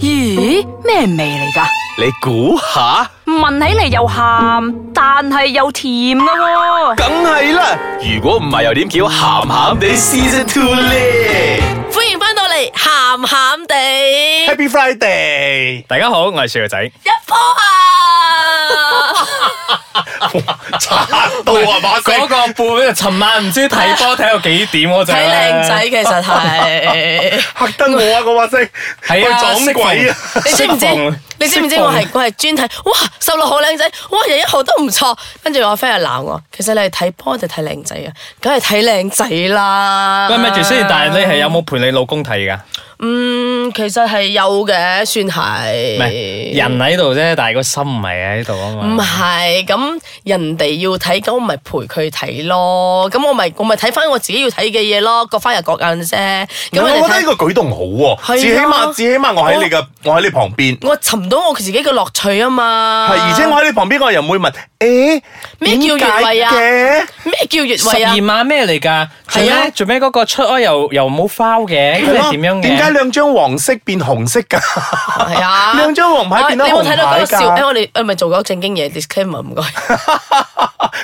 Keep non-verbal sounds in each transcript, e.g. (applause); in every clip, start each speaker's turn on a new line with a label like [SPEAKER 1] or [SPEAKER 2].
[SPEAKER 1] 咦，咩味嚟噶？
[SPEAKER 2] 你估下，
[SPEAKER 1] 聞起嚟又鹹，但係又甜噶喎、
[SPEAKER 2] 梗係啦。如果唔係又點叫鹹鹹地 Season Two 咧
[SPEAKER 3] 歡迎翻到嚟，咸咸地
[SPEAKER 4] Happy Friday！
[SPEAKER 5] 大家好，我係小女仔。
[SPEAKER 3] 一科啊！
[SPEAKER 4] 擦到啊把聲
[SPEAKER 5] 嗰個半，尋晚唔知睇波睇到幾點嗰陣
[SPEAKER 3] 睇
[SPEAKER 5] 咧
[SPEAKER 3] 靚仔其
[SPEAKER 5] (laughs)
[SPEAKER 3] 實係，
[SPEAKER 4] 嚇得我啊！嗰把聲
[SPEAKER 5] 係啊，
[SPEAKER 4] 去撞鬼啊！
[SPEAKER 3] 你知唔知
[SPEAKER 5] 適逢？
[SPEAKER 3] 你知唔知
[SPEAKER 5] 適
[SPEAKER 3] 我
[SPEAKER 5] 逢
[SPEAKER 3] 係我係專睇，哇十六好靚仔，哇廿一號都唔錯，跟住我 friend 就鬧我，其實你係睇波定睇靚仔啊？梗係睇靚仔啦。
[SPEAKER 5] 喂，咪住先，但係你係有冇陪你老公睇噶？
[SPEAKER 3] 嗯，其實係有嘅，算係。
[SPEAKER 5] 唔係人喺度啫，但係個心唔係喺度啊
[SPEAKER 3] 唔
[SPEAKER 5] 嘛。
[SPEAKER 3] 係，咁人哋要睇，咁我咪陪佢睇咯。咁我咪我咪睇翻我自己要睇嘅嘢咯，各花入各眼啫。咁
[SPEAKER 4] 我
[SPEAKER 3] 人
[SPEAKER 4] 覺
[SPEAKER 3] 哋
[SPEAKER 4] 得呢
[SPEAKER 3] 睇，
[SPEAKER 4] 個舉動好
[SPEAKER 3] 係
[SPEAKER 4] 喎，
[SPEAKER 3] 啊
[SPEAKER 4] 至起碼至起碼我喺你嘅我喺你旁邊，
[SPEAKER 3] 我尋到我自己嘅樂趣啊嘛。
[SPEAKER 4] 係而且我喺你旁邊，我又唔會問誒
[SPEAKER 3] 咩叫越位啊
[SPEAKER 4] 點解嘅
[SPEAKER 3] 咩叫越
[SPEAKER 5] 十
[SPEAKER 3] 位啊
[SPEAKER 5] 二？碼咩嚟㗎？做
[SPEAKER 3] 係啊
[SPEAKER 5] 咩做咩嗰個出埃又又冇 foul 嘅？咁係點樣嘅？
[SPEAKER 4] 點解兩張黃色變紅色㗎？ (laughs)
[SPEAKER 3] 係啊，
[SPEAKER 4] 兩張黃牌變咗
[SPEAKER 3] 你有冇睇到嗰個笑？
[SPEAKER 4] 紅牌㗎
[SPEAKER 3] 誒，我哋誒咪做咗正經嘢 disclaimer 唔該。 (laughs)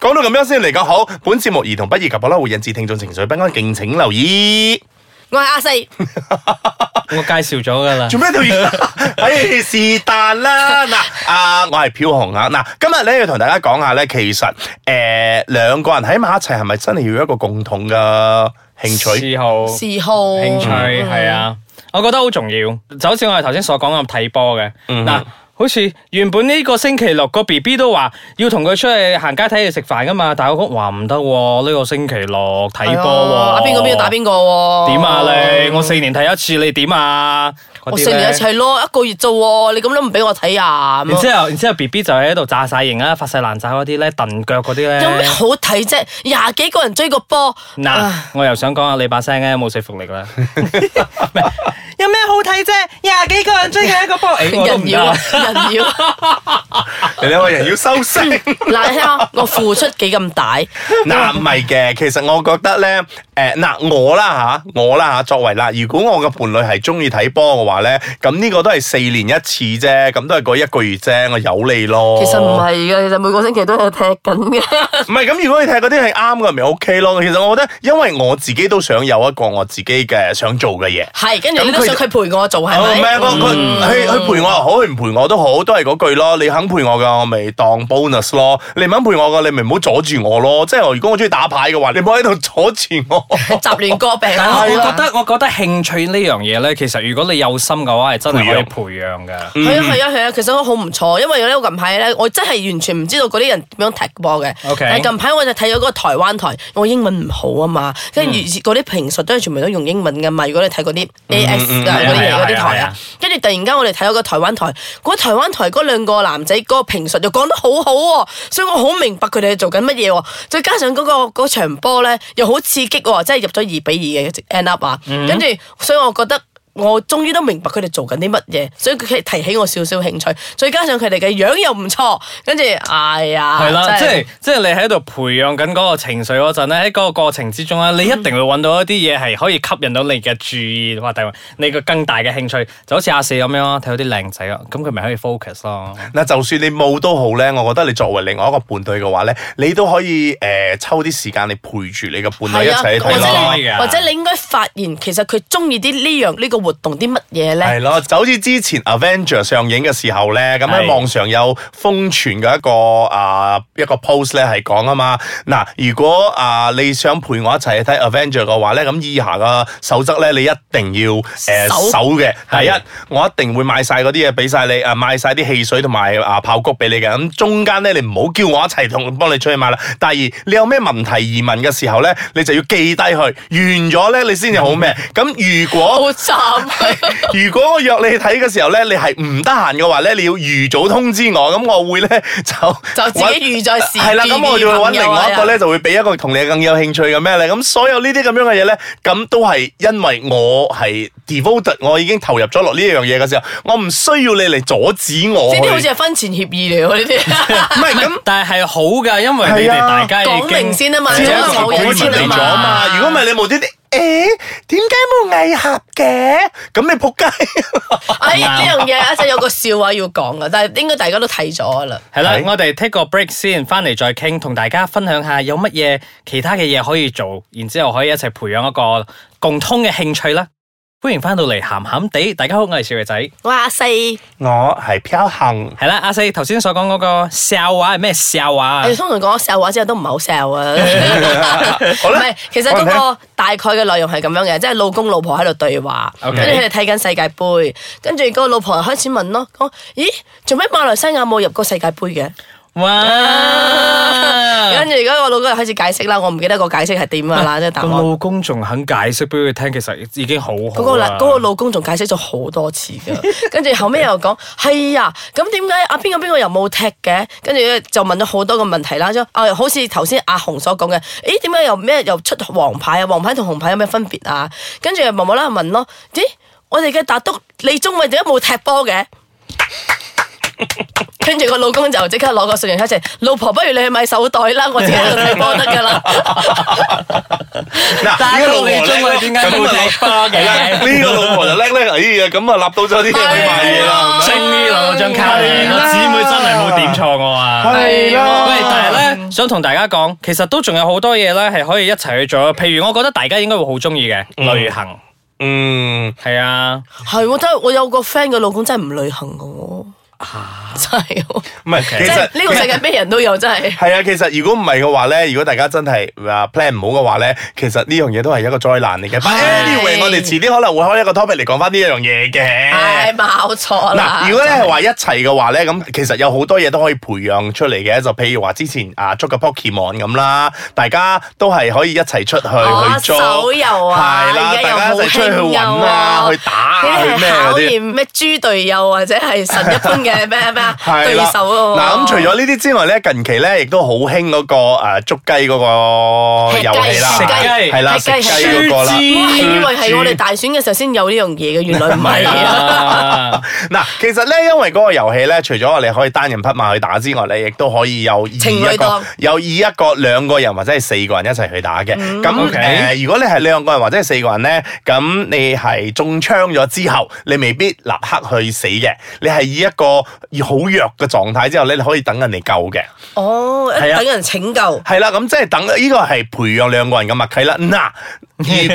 [SPEAKER 4] 講到咁樣先嚟講好，本節目兒童不宜及可能會引致聽眾情緒不安，敬請留意。
[SPEAKER 3] 我係阿四，
[SPEAKER 5] 我介紹咗㗎啦。
[SPEAKER 4] 做咩都要？哎，是但啦。嗱，啊，我係飄紅啊。嗱，今日咧要同大家講下咧，其實誒、呃、兩個人喺埋一齊係咪真係要有一個共同嘅興趣？
[SPEAKER 5] 嗜好。
[SPEAKER 3] 嗜好。
[SPEAKER 5] 興趣
[SPEAKER 3] 哦
[SPEAKER 5] 係啊，我覺得好重要。就好似我哋頭先所講咁睇波嘅，
[SPEAKER 3] 嗯
[SPEAKER 5] 嗱、好似原本呢個星期六個 B B 都話要同佢出去行街睇嘢食飯噶嘛，但係我講話唔得喎，呢、個星期六睇波喎，
[SPEAKER 3] 啊，邊個邊個打邊個喎？
[SPEAKER 5] 點啊你？我四年睇一次，你點啊？嗰啲
[SPEAKER 3] 我四年一
[SPEAKER 5] 咧。
[SPEAKER 3] 齊咯，一個月咋喎？你咁都唔俾我睇啊？咁
[SPEAKER 5] 然
[SPEAKER 3] 樣
[SPEAKER 5] 之後，然之後 B B 就喺度炸晒型啊，發晒爛渣嗰啲咧，蹬腳嗰啲咧。
[SPEAKER 3] 有咩好睇啫？廿幾個人追個波，
[SPEAKER 5] 嗱
[SPEAKER 3] 啊，
[SPEAKER 5] 我又想講下你把聲咧冇說服力
[SPEAKER 3] (laughs)
[SPEAKER 5] 啦。唔係有咩好睇啫？廿幾個人追緊一
[SPEAKER 3] (laughs)
[SPEAKER 5] 個波，誒我都唔
[SPEAKER 3] 人
[SPEAKER 5] 得
[SPEAKER 3] 妖啊
[SPEAKER 5] 啦。
[SPEAKER 3] 人 (laughs) 妖，
[SPEAKER 4] 你兩個人要
[SPEAKER 3] (laughs)
[SPEAKER 4] 收聲。
[SPEAKER 3] 嗱你睇下我付出幾咁大，
[SPEAKER 4] 嗱，唔係嘅，其實我覺得咧，誒、嗱，我啦吓，我啦吓，作為啦，如果我嘅伴侶係中意睇波嘅話咧，咁呢個都係四年一次啫，咁都係嗰一個月啫，我有你咯。
[SPEAKER 3] 其實唔係嘅，其實每個星期都有踢緊嘅。
[SPEAKER 4] 唔係咁，如果你睇嗰啲係啱嘅，咪 OK 咯。其實我覺得，因為我自己都想有一個我自己嘅想做嘅嘢。
[SPEAKER 3] 係，跟住你
[SPEAKER 4] 咁
[SPEAKER 3] 都
[SPEAKER 4] 佢
[SPEAKER 3] 想佢陪我做係
[SPEAKER 4] 哦唔係
[SPEAKER 3] 咪？嗯
[SPEAKER 4] 佢佢佢佢陪我又好，佢唔陪我都好，都係嗰句咯。你肯陪我嘅，我咪當 bonus 咯。你唔肯陪我嘅，你咪唔好阻住我咯。即係我如果我中意打牌嘅話，你唔好喺度阻住我。 (laughs)
[SPEAKER 3] 雜亂歌病
[SPEAKER 5] 但
[SPEAKER 3] 啊！
[SPEAKER 5] 係我覺得，我覺得興趣呢樣嘢咧，其實如果你有心嘅話，係真係可以培養嘅。
[SPEAKER 3] 係啊係啊係啊，其實我好唔錯，因為咧我近排咧，我真係完全唔知道嗰啲人點樣踢波嘅。
[SPEAKER 5] OK
[SPEAKER 3] 但係近排我就睇咗嗰個台灣台，我英文唔好啊嘛，跟住嗰啲評述都係全部都用英文噶嘛。如果你睇嗰啲 AS 啊嗰啲
[SPEAKER 5] 係啊係啊
[SPEAKER 3] 嗰啲台
[SPEAKER 5] 係
[SPEAKER 3] 啊
[SPEAKER 5] 啊，
[SPEAKER 3] 跟住突然間我哋睇咗個台灣台，嗰台灣台嗰兩個男仔嗰個評述就講得好好喎，所以我好明白佢哋係做緊乜嘢喎。再加上嗰個嗰場波咧又好刺激喎，真係入咗二比二嘅 end up 啊，
[SPEAKER 4] 嗯
[SPEAKER 3] 跟住所以我覺得。我終於都明白佢哋做緊啲乜嘢，所以佢提起我少少興趣，再加上佢哋嘅樣又唔錯，跟住哎呀，
[SPEAKER 5] 係啦，即
[SPEAKER 3] 真
[SPEAKER 5] 係即係你喺度培養緊嗰個情緒嗰陣咧，喺嗰個過程之中咧，
[SPEAKER 3] 嗯
[SPEAKER 5] 你一定會揾到一啲嘢係可以吸引到你嘅注意，或者你個更大嘅興趣，就好似阿四咁樣咯，睇到啲靚仔咯，咁佢咪可以 focus 咯。
[SPEAKER 4] 嗱，就算你冇都好咧，我覺得你作為另外一個伴侶嘅話咧，你都可以誒、呃抽啲時間嚟陪住你嘅伴侶一
[SPEAKER 3] 係啊，
[SPEAKER 4] 齊去
[SPEAKER 3] 或者
[SPEAKER 4] 睇咯。
[SPEAKER 5] 係
[SPEAKER 3] 你
[SPEAKER 5] 咯
[SPEAKER 3] 或者你應該發現其實佢中意啲呢樣呢個活動啲乜嘢咧？
[SPEAKER 4] 係咯，就好似之前 Avenger 上映嘅時候咧，咁喺
[SPEAKER 5] 係
[SPEAKER 4] 網上有瘋傳嘅一個啊、一個 post 咧係講啊嘛，嗱，如果啊、你想陪我一齊去睇 Avenger 嘅話咧，咁以下嘅守則咧，你一定要誒、呃
[SPEAKER 3] 守
[SPEAKER 4] 守嘅。第一
[SPEAKER 5] 係，
[SPEAKER 4] 我一定會買晒嗰啲嘢俾晒你，啊買晒啲汽水同埋啊炮谷俾你嘅。咁中間咧，你唔好叫我一齊同幫你出去買啦。第二，你有咩問題疑問嘅時候咧，你就要記低佢，完咗咧你先至好咩。咁如果
[SPEAKER 3] 好慘，啊
[SPEAKER 4] (laughs) 如果我約你去睇嘅時候咧，你係唔得閒嘅話咧，你要預早通知我，咁我會咧就
[SPEAKER 3] 就自己預在時
[SPEAKER 4] 係啦，咁我就會揾另外一個咧，
[SPEAKER 3] 係啊
[SPEAKER 4] 就會俾一個同你更有興趣嘅咩咧。咁所有呢啲咁樣嘅嘢咧，咁都係因為我係 devoted，我已經投入咗落呢樣嘢嘅時候，我唔需要你嚟阻止我
[SPEAKER 3] 呢啲好似
[SPEAKER 4] 去。
[SPEAKER 3] 係婚前協議嚟喎，呢啲
[SPEAKER 4] (laughs) 唔係咁。
[SPEAKER 5] 但係係好㗎，因為你哋大家已經
[SPEAKER 3] 講明先啊嘛
[SPEAKER 5] 係一個
[SPEAKER 3] 因為冇嘢
[SPEAKER 4] 我
[SPEAKER 3] 先啊
[SPEAKER 4] 出嚟
[SPEAKER 3] 嘛
[SPEAKER 4] 咗嘛，如果唔係你無端端诶，點解冇藝俠嘅？咁你仆街！ (laughs)
[SPEAKER 3] 哎，呢樣嘢一陣有個笑話要講噶，但係應該大家都睇咗啦。
[SPEAKER 5] 系啦
[SPEAKER 4] 係，
[SPEAKER 5] 我哋 take 個 break 先，翻嚟再傾，同大家分享下有乜嘢其他嘅嘢可以做，然之后可以一齊培養一個共通嘅興趣啦。歡迎翻到嚟鹹鹹地，大家好，我係小肥仔。
[SPEAKER 3] 我阿四，我
[SPEAKER 4] 我係飄行，
[SPEAKER 5] 係啦，阿四頭先所講嗰個笑話係咩笑話啊？
[SPEAKER 3] 哎哋通常講笑話之後都唔係好笑
[SPEAKER 4] (laughs)
[SPEAKER 3] 啊。唔係，其實嗰個大概嘅內容係咁樣嘅，即係老公老婆喺度對話，跟
[SPEAKER 5] OK
[SPEAKER 3] 住佢哋睇緊世界盃，跟住嗰個老婆開始問咯，講：咦，做咩馬來西亞冇入過世界盃嘅？ (laughs)
[SPEAKER 4] 啊
[SPEAKER 5] 哇！
[SPEAKER 3] 跟住嗰個老公又開始解釋啦，我唔記得個解釋係點噶啦，即係答
[SPEAKER 5] 個
[SPEAKER 3] 案。
[SPEAKER 5] 老公仲肯解釋俾佢聽，其實已經好
[SPEAKER 4] 啊
[SPEAKER 5] 好
[SPEAKER 3] 嗰個啦
[SPEAKER 5] 啦，。
[SPEAKER 3] 嗰個老公仲解釋咗好多次
[SPEAKER 4] (laughs)
[SPEAKER 3] 㗎，跟住後尾又講係啊，咁點解啊邊個邊個又冇踢嘅？跟住咧就問咗好多個問題啦，即係啊好似頭先阿紅所講嘅，咦點解又咩又出黃牌啊？黃牌同紅牌有咩分別啊？跟住又無無啦啦問咯，咦我哋嘅達督李宗偉點解冇踢波嘅？跟住個老公就即刻攞個信用卡出嚟，老婆不如你去買手袋啦，我自己喺度睇波得㗎啦。
[SPEAKER 4] (laughs) 嗱
[SPEAKER 5] 但係
[SPEAKER 4] 呢個老婆
[SPEAKER 5] 你中
[SPEAKER 4] 叻
[SPEAKER 5] 國點解冇踢波嘅
[SPEAKER 4] 呢個老婆就叻咧，哎呀，咁啊，立到咗啲嘢去買嘢
[SPEAKER 3] 啊
[SPEAKER 4] 啦，
[SPEAKER 5] 終於攞到張卡
[SPEAKER 4] 係
[SPEAKER 5] 嚟，我
[SPEAKER 4] 啦
[SPEAKER 5] 姊妹真啊係冇點錯我啊！
[SPEAKER 4] 係啦
[SPEAKER 5] 喂，但係咧，想同大家講，其實都仲有好多嘢咧係可以一齊去做，譬如我覺得大家應該會好中意嘅旅行，
[SPEAKER 4] 嗯，
[SPEAKER 5] 係啊，
[SPEAKER 3] 係喎，真係我有個 friend 嘅老公真係唔旅行嘅喎。真係喎，
[SPEAKER 4] 唔係，其
[SPEAKER 3] 即
[SPEAKER 4] 實
[SPEAKER 3] 係呢個世界咩人都有，真係。
[SPEAKER 4] 係啊，其實如果唔係嘅話咧，如果大家真係啊 plan 唔好嘅話咧，其實呢樣嘢都係一個災難嚟嘅。But anyway，我哋遲啲可能會開一個 topic 嚟講翻呢樣嘢嘅。
[SPEAKER 3] 唉，冇錯啦。
[SPEAKER 4] 嗱，如果你係話一齊嘅話咧，咁其實有好多嘢都可以培養出嚟嘅，就譬如話之前啊捉個 Pokemon 咁啦，大家都係可以一齊出去
[SPEAKER 3] 哦
[SPEAKER 4] 去捉，
[SPEAKER 3] 手遊啊
[SPEAKER 4] 係啦，
[SPEAKER 3] 而家又
[SPEAKER 4] 大家一齊出去去揾
[SPEAKER 3] 好興㗎
[SPEAKER 4] 啊，
[SPEAKER 3] 喎
[SPEAKER 4] 去打啊，
[SPEAKER 3] 呢啲
[SPEAKER 4] 去咩
[SPEAKER 3] 係
[SPEAKER 4] 嗰
[SPEAKER 3] 考
[SPEAKER 4] 啲。
[SPEAKER 3] 驗咩豬隊友或者係神一般嘅 (laughs) 咩咩啊
[SPEAKER 4] 係
[SPEAKER 3] 對
[SPEAKER 4] 啦
[SPEAKER 3] 手咯喎。
[SPEAKER 4] 嗱，咁除咗呢啲之外咧，近期咧亦都好興嗰個誒捉雞嗰個遊戲啦，
[SPEAKER 5] 食雞
[SPEAKER 4] 係啦，
[SPEAKER 3] 食
[SPEAKER 4] 食
[SPEAKER 3] 雞
[SPEAKER 4] 雞嗰個
[SPEAKER 3] 我
[SPEAKER 4] 啦。
[SPEAKER 3] 係以為係我哋大選嘅時候先有呢樣嘢嘅，原
[SPEAKER 4] (laughs)
[SPEAKER 3] 來唔係啊。
[SPEAKER 5] 啊，
[SPEAKER 4] 嗱，其實咧，因為嗰個遊戲咧，除咗我哋可以單人匹馬去打之外咧，亦都可以有以
[SPEAKER 3] 情侶
[SPEAKER 4] 一個
[SPEAKER 3] 檔
[SPEAKER 4] 有以一個兩個人或者係四個人一齊去打嘅。
[SPEAKER 3] 嗯
[SPEAKER 4] 咁誒
[SPEAKER 5] OK
[SPEAKER 4] 如果你係兩個人或者係四個人咧，咁你係中槍咗之後，你未必立刻去死嘅，你係以一個好弱嘅狀態之後咧，你可以等人嚟救嘅。
[SPEAKER 3] 哦，一
[SPEAKER 4] 係啊
[SPEAKER 3] 等人拯救。
[SPEAKER 4] 係啦，咁即係等呢個係培養兩個人嘅默契啦。嗱，如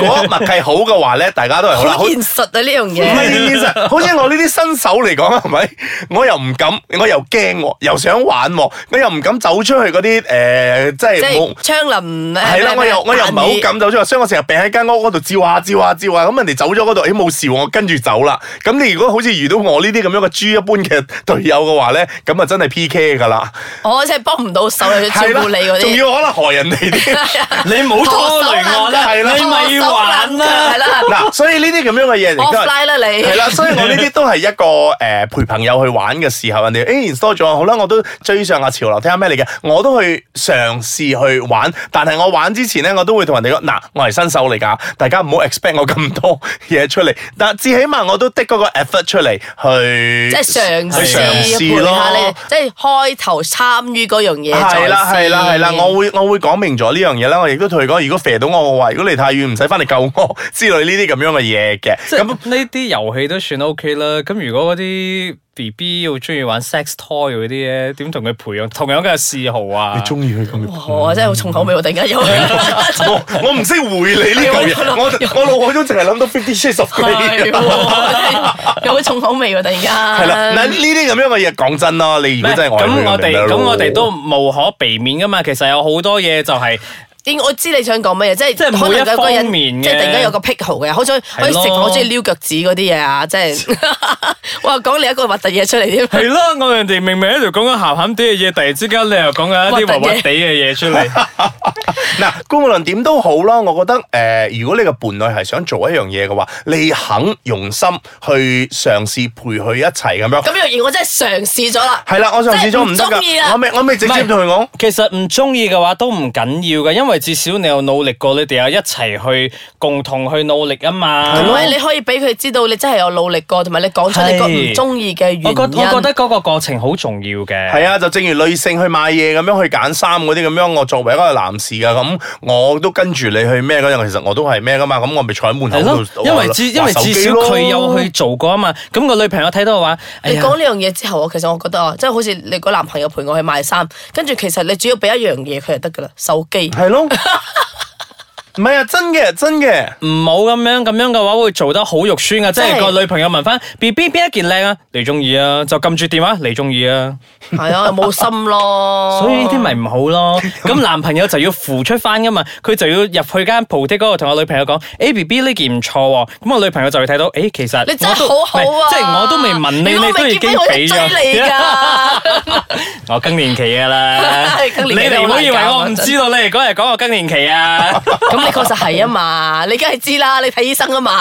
[SPEAKER 3] (laughs)
[SPEAKER 4] 果默契好嘅話咧，大家都係好啦，好
[SPEAKER 3] 好現實啊呢樣
[SPEAKER 4] 唔係
[SPEAKER 3] 嘢。
[SPEAKER 4] 其
[SPEAKER 3] (laughs)
[SPEAKER 4] 實好似我呢啲新手嚟講，係咪？我又唔敢，我又驚喎，又想玩喎，我又唔敢走出去嗰啲誒，即
[SPEAKER 3] 即
[SPEAKER 4] 係冇
[SPEAKER 3] 係。槍林咩
[SPEAKER 4] 係啦，我又我又唔係好
[SPEAKER 3] 彈雨
[SPEAKER 4] 敢走出去，所以我成日病喺間屋嗰度照下照下照下，咁人哋走咗嗰度，誒冇事喎，我跟住走啦。咁你如果好似遇到我呢啲咁樣嘅豬一般嘅隊友嘅話咧，咁啊真係 P K 㗎啦，
[SPEAKER 3] 我即係幫唔到手，又要照
[SPEAKER 4] 係啦
[SPEAKER 3] 顧你嗰，
[SPEAKER 4] 仲
[SPEAKER 3] 啲。
[SPEAKER 4] 要可能害人哋啲。
[SPEAKER 3] (laughs)
[SPEAKER 5] 你唔好拖累我啦，
[SPEAKER 4] 係啦
[SPEAKER 5] 你咪玩啦
[SPEAKER 3] 係。啦
[SPEAKER 4] 嗱，所以呢啲咁樣嘅嘢亦都係。
[SPEAKER 3] ，offline 啦 (laughs) 你。
[SPEAKER 4] 係啦，所以我呢啲都係一個誒、呃陪朋友去玩嘅時候，人哋誒 install 咗，啊好啦，我都追上下潮流，睇下咩嚟嘅，我都去嘗試去玩。但係我玩之前咧，我都會同人哋講，嗱，我係新手嚟㗎，大家唔好 expect 我咁多嘢出嚟。但至起碼我都的嗰個 effort 出嚟去，
[SPEAKER 3] 即係嘗試
[SPEAKER 4] 去嘗
[SPEAKER 3] 陪
[SPEAKER 4] 試
[SPEAKER 3] 下你
[SPEAKER 4] 咯。，
[SPEAKER 3] 即係開頭參與嗰樣嘢再
[SPEAKER 4] 係啦，係啦，
[SPEAKER 3] 試
[SPEAKER 4] 係啦，我會我會講明咗呢樣嘢啦。我亦都同佢講，如果肥到我，我話如果你太遠，唔使翻嚟救我之類呢啲咁樣嘅嘢嘅。
[SPEAKER 5] 即係
[SPEAKER 4] 咁
[SPEAKER 5] 呢啲遊戲都算 OK 啦。咁如果嗰啲 B B 要中意玩 sex toy 嗰啲咧，點同佢培養同樣嘅嗜好啊？
[SPEAKER 4] 你中意佢咁樣
[SPEAKER 3] 哇我真係好重口味喎，突然間有。
[SPEAKER 4] (laughs)
[SPEAKER 3] 係
[SPEAKER 4] 我我唔識回你呢嚿嘢，我我腦海中淨係諗到 Fifty Shades of
[SPEAKER 3] 喎真
[SPEAKER 4] Grey。
[SPEAKER 3] 係有好重口味喎，突然間。
[SPEAKER 4] 係啦，嗱呢啲咁樣嘅嘢講真啦，你如果真係愛佢
[SPEAKER 5] 咁我哋
[SPEAKER 4] 咪
[SPEAKER 5] 咁
[SPEAKER 4] 咯
[SPEAKER 5] 我哋都無可避免噶嘛。其實有好多嘢就係、 (laughs)
[SPEAKER 3] 應我知你想講乜嘢，即係
[SPEAKER 5] 即係
[SPEAKER 3] 可能有個人
[SPEAKER 5] 每一方面嘅
[SPEAKER 3] 即係突然間有個癖好嘅，好中意可以食，
[SPEAKER 5] 咯
[SPEAKER 3] 好中意撩腳趾嗰啲嘢啊，即係 (laughs) 哇講你一個核突嘢出嚟添。
[SPEAKER 5] 係啦，我哋明明喺度講緊鹹鹹啲嘅嘢，突然之間你又講緊一啲
[SPEAKER 3] 核
[SPEAKER 5] 核
[SPEAKER 3] 突嘢
[SPEAKER 5] 核地嘅嘢
[SPEAKER 4] (laughs)
[SPEAKER 5] 出嚟，
[SPEAKER 4] (laughs) 嗱，姑無論點都好啦，我覺得誒、呃如果你嘅伴侶係想做一樣嘢嘅話，你肯用心去嘗試陪佢一齊咁樣，
[SPEAKER 3] 咁樣嘢我真係嘗試咗啦。
[SPEAKER 4] 係啦，我嘗試咗唔得
[SPEAKER 3] 即係唔中意啦
[SPEAKER 4] 㗎，我咪我咪直接同佢講。
[SPEAKER 5] 其實唔中意嘅話都唔緊要嘅，因為至少你有努力過，你哋有一齊去共同去努力啊嘛。
[SPEAKER 3] 同埋你可以俾佢知道你真係有努力過，同埋你講出你個唔中意嘅原因。
[SPEAKER 5] 我覺我覺得嗰個過程好重要嘅。
[SPEAKER 4] 係啊，就正如女性去買嘢咁樣去揀衫嗰啲咁樣，我作為一個男士噶，咁我都跟住你去咩嗰陣，其實我都係咩噶嘛，咁我咪坐喺門
[SPEAKER 5] 係
[SPEAKER 4] 口
[SPEAKER 5] 咯
[SPEAKER 4] 度，
[SPEAKER 5] 因為
[SPEAKER 4] 玩
[SPEAKER 5] 至
[SPEAKER 4] 手
[SPEAKER 5] 因為至
[SPEAKER 4] 機
[SPEAKER 5] 少
[SPEAKER 4] 咯
[SPEAKER 5] 佢有去做過啊嘛。咁個女朋友睇到嘅話，哎
[SPEAKER 3] 你
[SPEAKER 5] 呀
[SPEAKER 3] 講呢樣嘢之後，我其實我覺得啊，即係好似你個男朋友陪我去買衫，跟住其實你只要俾一樣嘢佢就得噶啦，手機。
[SPEAKER 5] (laughs)
[SPEAKER 4] 係咯，唔係啊，真嘅真嘅。
[SPEAKER 5] 唔好咁樣，咁樣嘅話會做得好肉酸噶。即係
[SPEAKER 3] 真係
[SPEAKER 5] 個女朋友問翻 B B 邊一件靚啊？你中意啊？就撳住電話，你中意啊？
[SPEAKER 3] 係啊，冇心咯。
[SPEAKER 5] 所以呢啲咪唔好咯。咁男朋友就要付出翻噶嘛，佢就要入去間鋪貼嗰度同我女朋友講：，誒 B B 呢件唔錯喎。咁我女朋友就會睇到，誒其實
[SPEAKER 3] 你真係
[SPEAKER 5] 我都
[SPEAKER 3] 好好啊！
[SPEAKER 5] 唔係即係我都未問你，
[SPEAKER 3] 如果
[SPEAKER 5] 你
[SPEAKER 3] 我
[SPEAKER 5] 都
[SPEAKER 3] 未
[SPEAKER 5] 已
[SPEAKER 3] 結婚
[SPEAKER 5] 經
[SPEAKER 3] 我就
[SPEAKER 5] 俾
[SPEAKER 3] 追你
[SPEAKER 5] 咗。
[SPEAKER 3] 㗎。，
[SPEAKER 5] 我更年期噶啦
[SPEAKER 3] 更
[SPEAKER 5] 你
[SPEAKER 3] 年期
[SPEAKER 5] 哋唔好以為我唔
[SPEAKER 3] 好難搞啊
[SPEAKER 5] 知道，你哋嗰日講我更年期啊。
[SPEAKER 3] 咁你確實係啊嘛，你梗係知啦，你睇醫生啊
[SPEAKER 5] (laughs)
[SPEAKER 3] 嘛。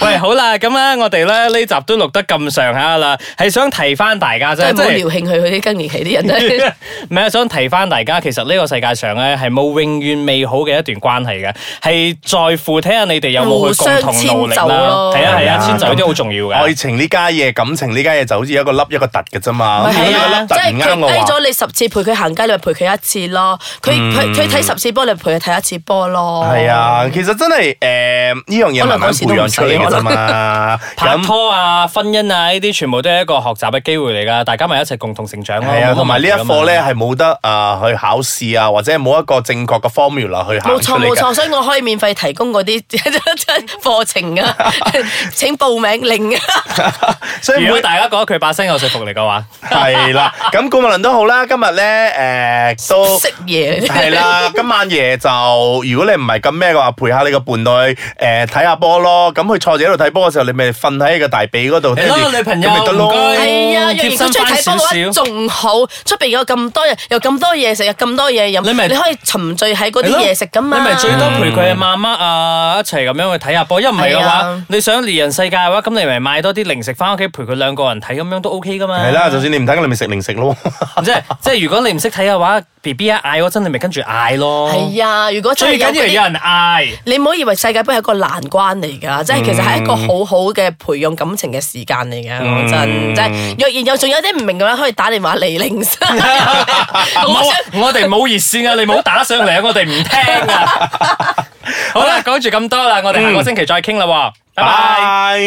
[SPEAKER 5] 喂，好啦，咁啊，我哋咧呢集都錄得咁上下啦，係想提翻大家啫，
[SPEAKER 3] 真
[SPEAKER 5] 即
[SPEAKER 3] 係冇聊
[SPEAKER 5] 係
[SPEAKER 3] 興佢佢啲更年期啲人咧，
[SPEAKER 5] (laughs) 唔係想提翻大家，其實呢個世界上咧係冇永遠美好嘅一段關係嘅，係在乎睇下你哋有冇去共同努力
[SPEAKER 3] 互相遷就
[SPEAKER 5] 啦
[SPEAKER 3] 咯。
[SPEAKER 5] 係啊係啊，
[SPEAKER 4] 係啊
[SPEAKER 5] 遷就呢啲好重要
[SPEAKER 4] 愛
[SPEAKER 5] 嘅。
[SPEAKER 4] 情呢家嘢，感情呢家嘢就好似一個凹一個凸嘅啫嘛。咁
[SPEAKER 5] 係
[SPEAKER 4] 如果
[SPEAKER 5] 啊
[SPEAKER 4] 呢
[SPEAKER 3] 即
[SPEAKER 4] 個凹凸唔
[SPEAKER 3] 係佢
[SPEAKER 4] 啱嘅
[SPEAKER 3] 低
[SPEAKER 4] 話，
[SPEAKER 3] 咗你十次陪佢行街，你咪陪佢一次咯。佢
[SPEAKER 5] 嗯
[SPEAKER 3] 佢佢睇十次波，你陪佢睇一次波咯。
[SPEAKER 4] 係，啊，其實真係誒呢樣嘢慢慢培養出嚟嘅啫嘛。
[SPEAKER 5] 拍
[SPEAKER 4] 咁
[SPEAKER 5] 拖啊、婚姻啊呢啲，全部都係一個學習嘅機會嚟噶，大家咪一齊共同成長咯。
[SPEAKER 4] 係啊，
[SPEAKER 5] 哦冇乜
[SPEAKER 4] 同埋呢一
[SPEAKER 5] 問題㗎嘛
[SPEAKER 4] 課咧係冇得啊去考試啊，或者冇一個正確嘅 formula 去考
[SPEAKER 3] 冇
[SPEAKER 4] 出
[SPEAKER 3] 錯
[SPEAKER 4] 嚟
[SPEAKER 3] 冇錯，
[SPEAKER 4] 嘅。
[SPEAKER 3] 所以我可以免費提供嗰啲 (laughs) 課程啊，
[SPEAKER 5] (laughs)
[SPEAKER 3] 請報名令啊。
[SPEAKER 4] 所以
[SPEAKER 5] 如果
[SPEAKER 4] 每
[SPEAKER 5] 大家覺得佢把聲有說服力嘅話，
[SPEAKER 4] 係
[SPEAKER 5] (laughs)
[SPEAKER 4] 啦，咁顧問論都好啦，今日咧誒都
[SPEAKER 3] 識。嘢
[SPEAKER 4] 係
[SPEAKER 5] (laughs)
[SPEAKER 4] 啦，今晚夜就如果你唔係咁咩嘅話，陪下你個伴侶誒睇下波咯。咁佢坐住喺度睇波嘅時候，你咪瞓喺個大髀嗰度，
[SPEAKER 5] 你攞個女朋友啊
[SPEAKER 4] 咁咪得
[SPEAKER 5] 唔該
[SPEAKER 4] 咯。
[SPEAKER 3] 係啊，若
[SPEAKER 5] 貼
[SPEAKER 3] 然
[SPEAKER 5] 心
[SPEAKER 3] 佢中意睇
[SPEAKER 5] 翻
[SPEAKER 3] 波嘅話，
[SPEAKER 5] 少少
[SPEAKER 3] 仲好。出邊有咁多人，有咁多嘢食，有咁多嘢飲，
[SPEAKER 5] 你咪
[SPEAKER 3] 你可以沉醉喺嗰啲嘢食噶嘛。
[SPEAKER 5] 你咪最多陪佢嘅媽媽啊一齊咁樣去睇下波，因為唔係嘅
[SPEAKER 3] 係
[SPEAKER 5] 話
[SPEAKER 3] 啊，
[SPEAKER 5] 你想獵人世界嘅話，咁你咪買多啲零食翻屋企陪佢兩個人睇，咁樣都 OK 噶嘛。
[SPEAKER 4] 係啦，就算你唔睇，你咪食零食咯。
[SPEAKER 5] 即係即係，如果你唔識睇嘅話，B B 一嗌嗰陣，你咪跟住嗌咯。
[SPEAKER 3] 係啊，如果真係
[SPEAKER 5] 最緊
[SPEAKER 3] 有
[SPEAKER 5] 要係有
[SPEAKER 3] 嗰啲。
[SPEAKER 5] 人嗌。
[SPEAKER 3] 你唔好以為世界盃係一個難關嚟㗎，即係其實係一個好好嘅培養感情嘅時間嚟㗎。講真，即係若然有仲有啲唔明嘅話，可以打電話嚟零三。 (laughs) 啊我
[SPEAKER 5] 冇
[SPEAKER 3] 想，
[SPEAKER 5] 我哋冇熱線啊！你冇打上嚟，我哋唔
[SPEAKER 3] (laughs)
[SPEAKER 5] 聽啊！好啦，講住咁多啦，我哋下個星期再傾啦喎，拜拜。
[SPEAKER 4] 拜。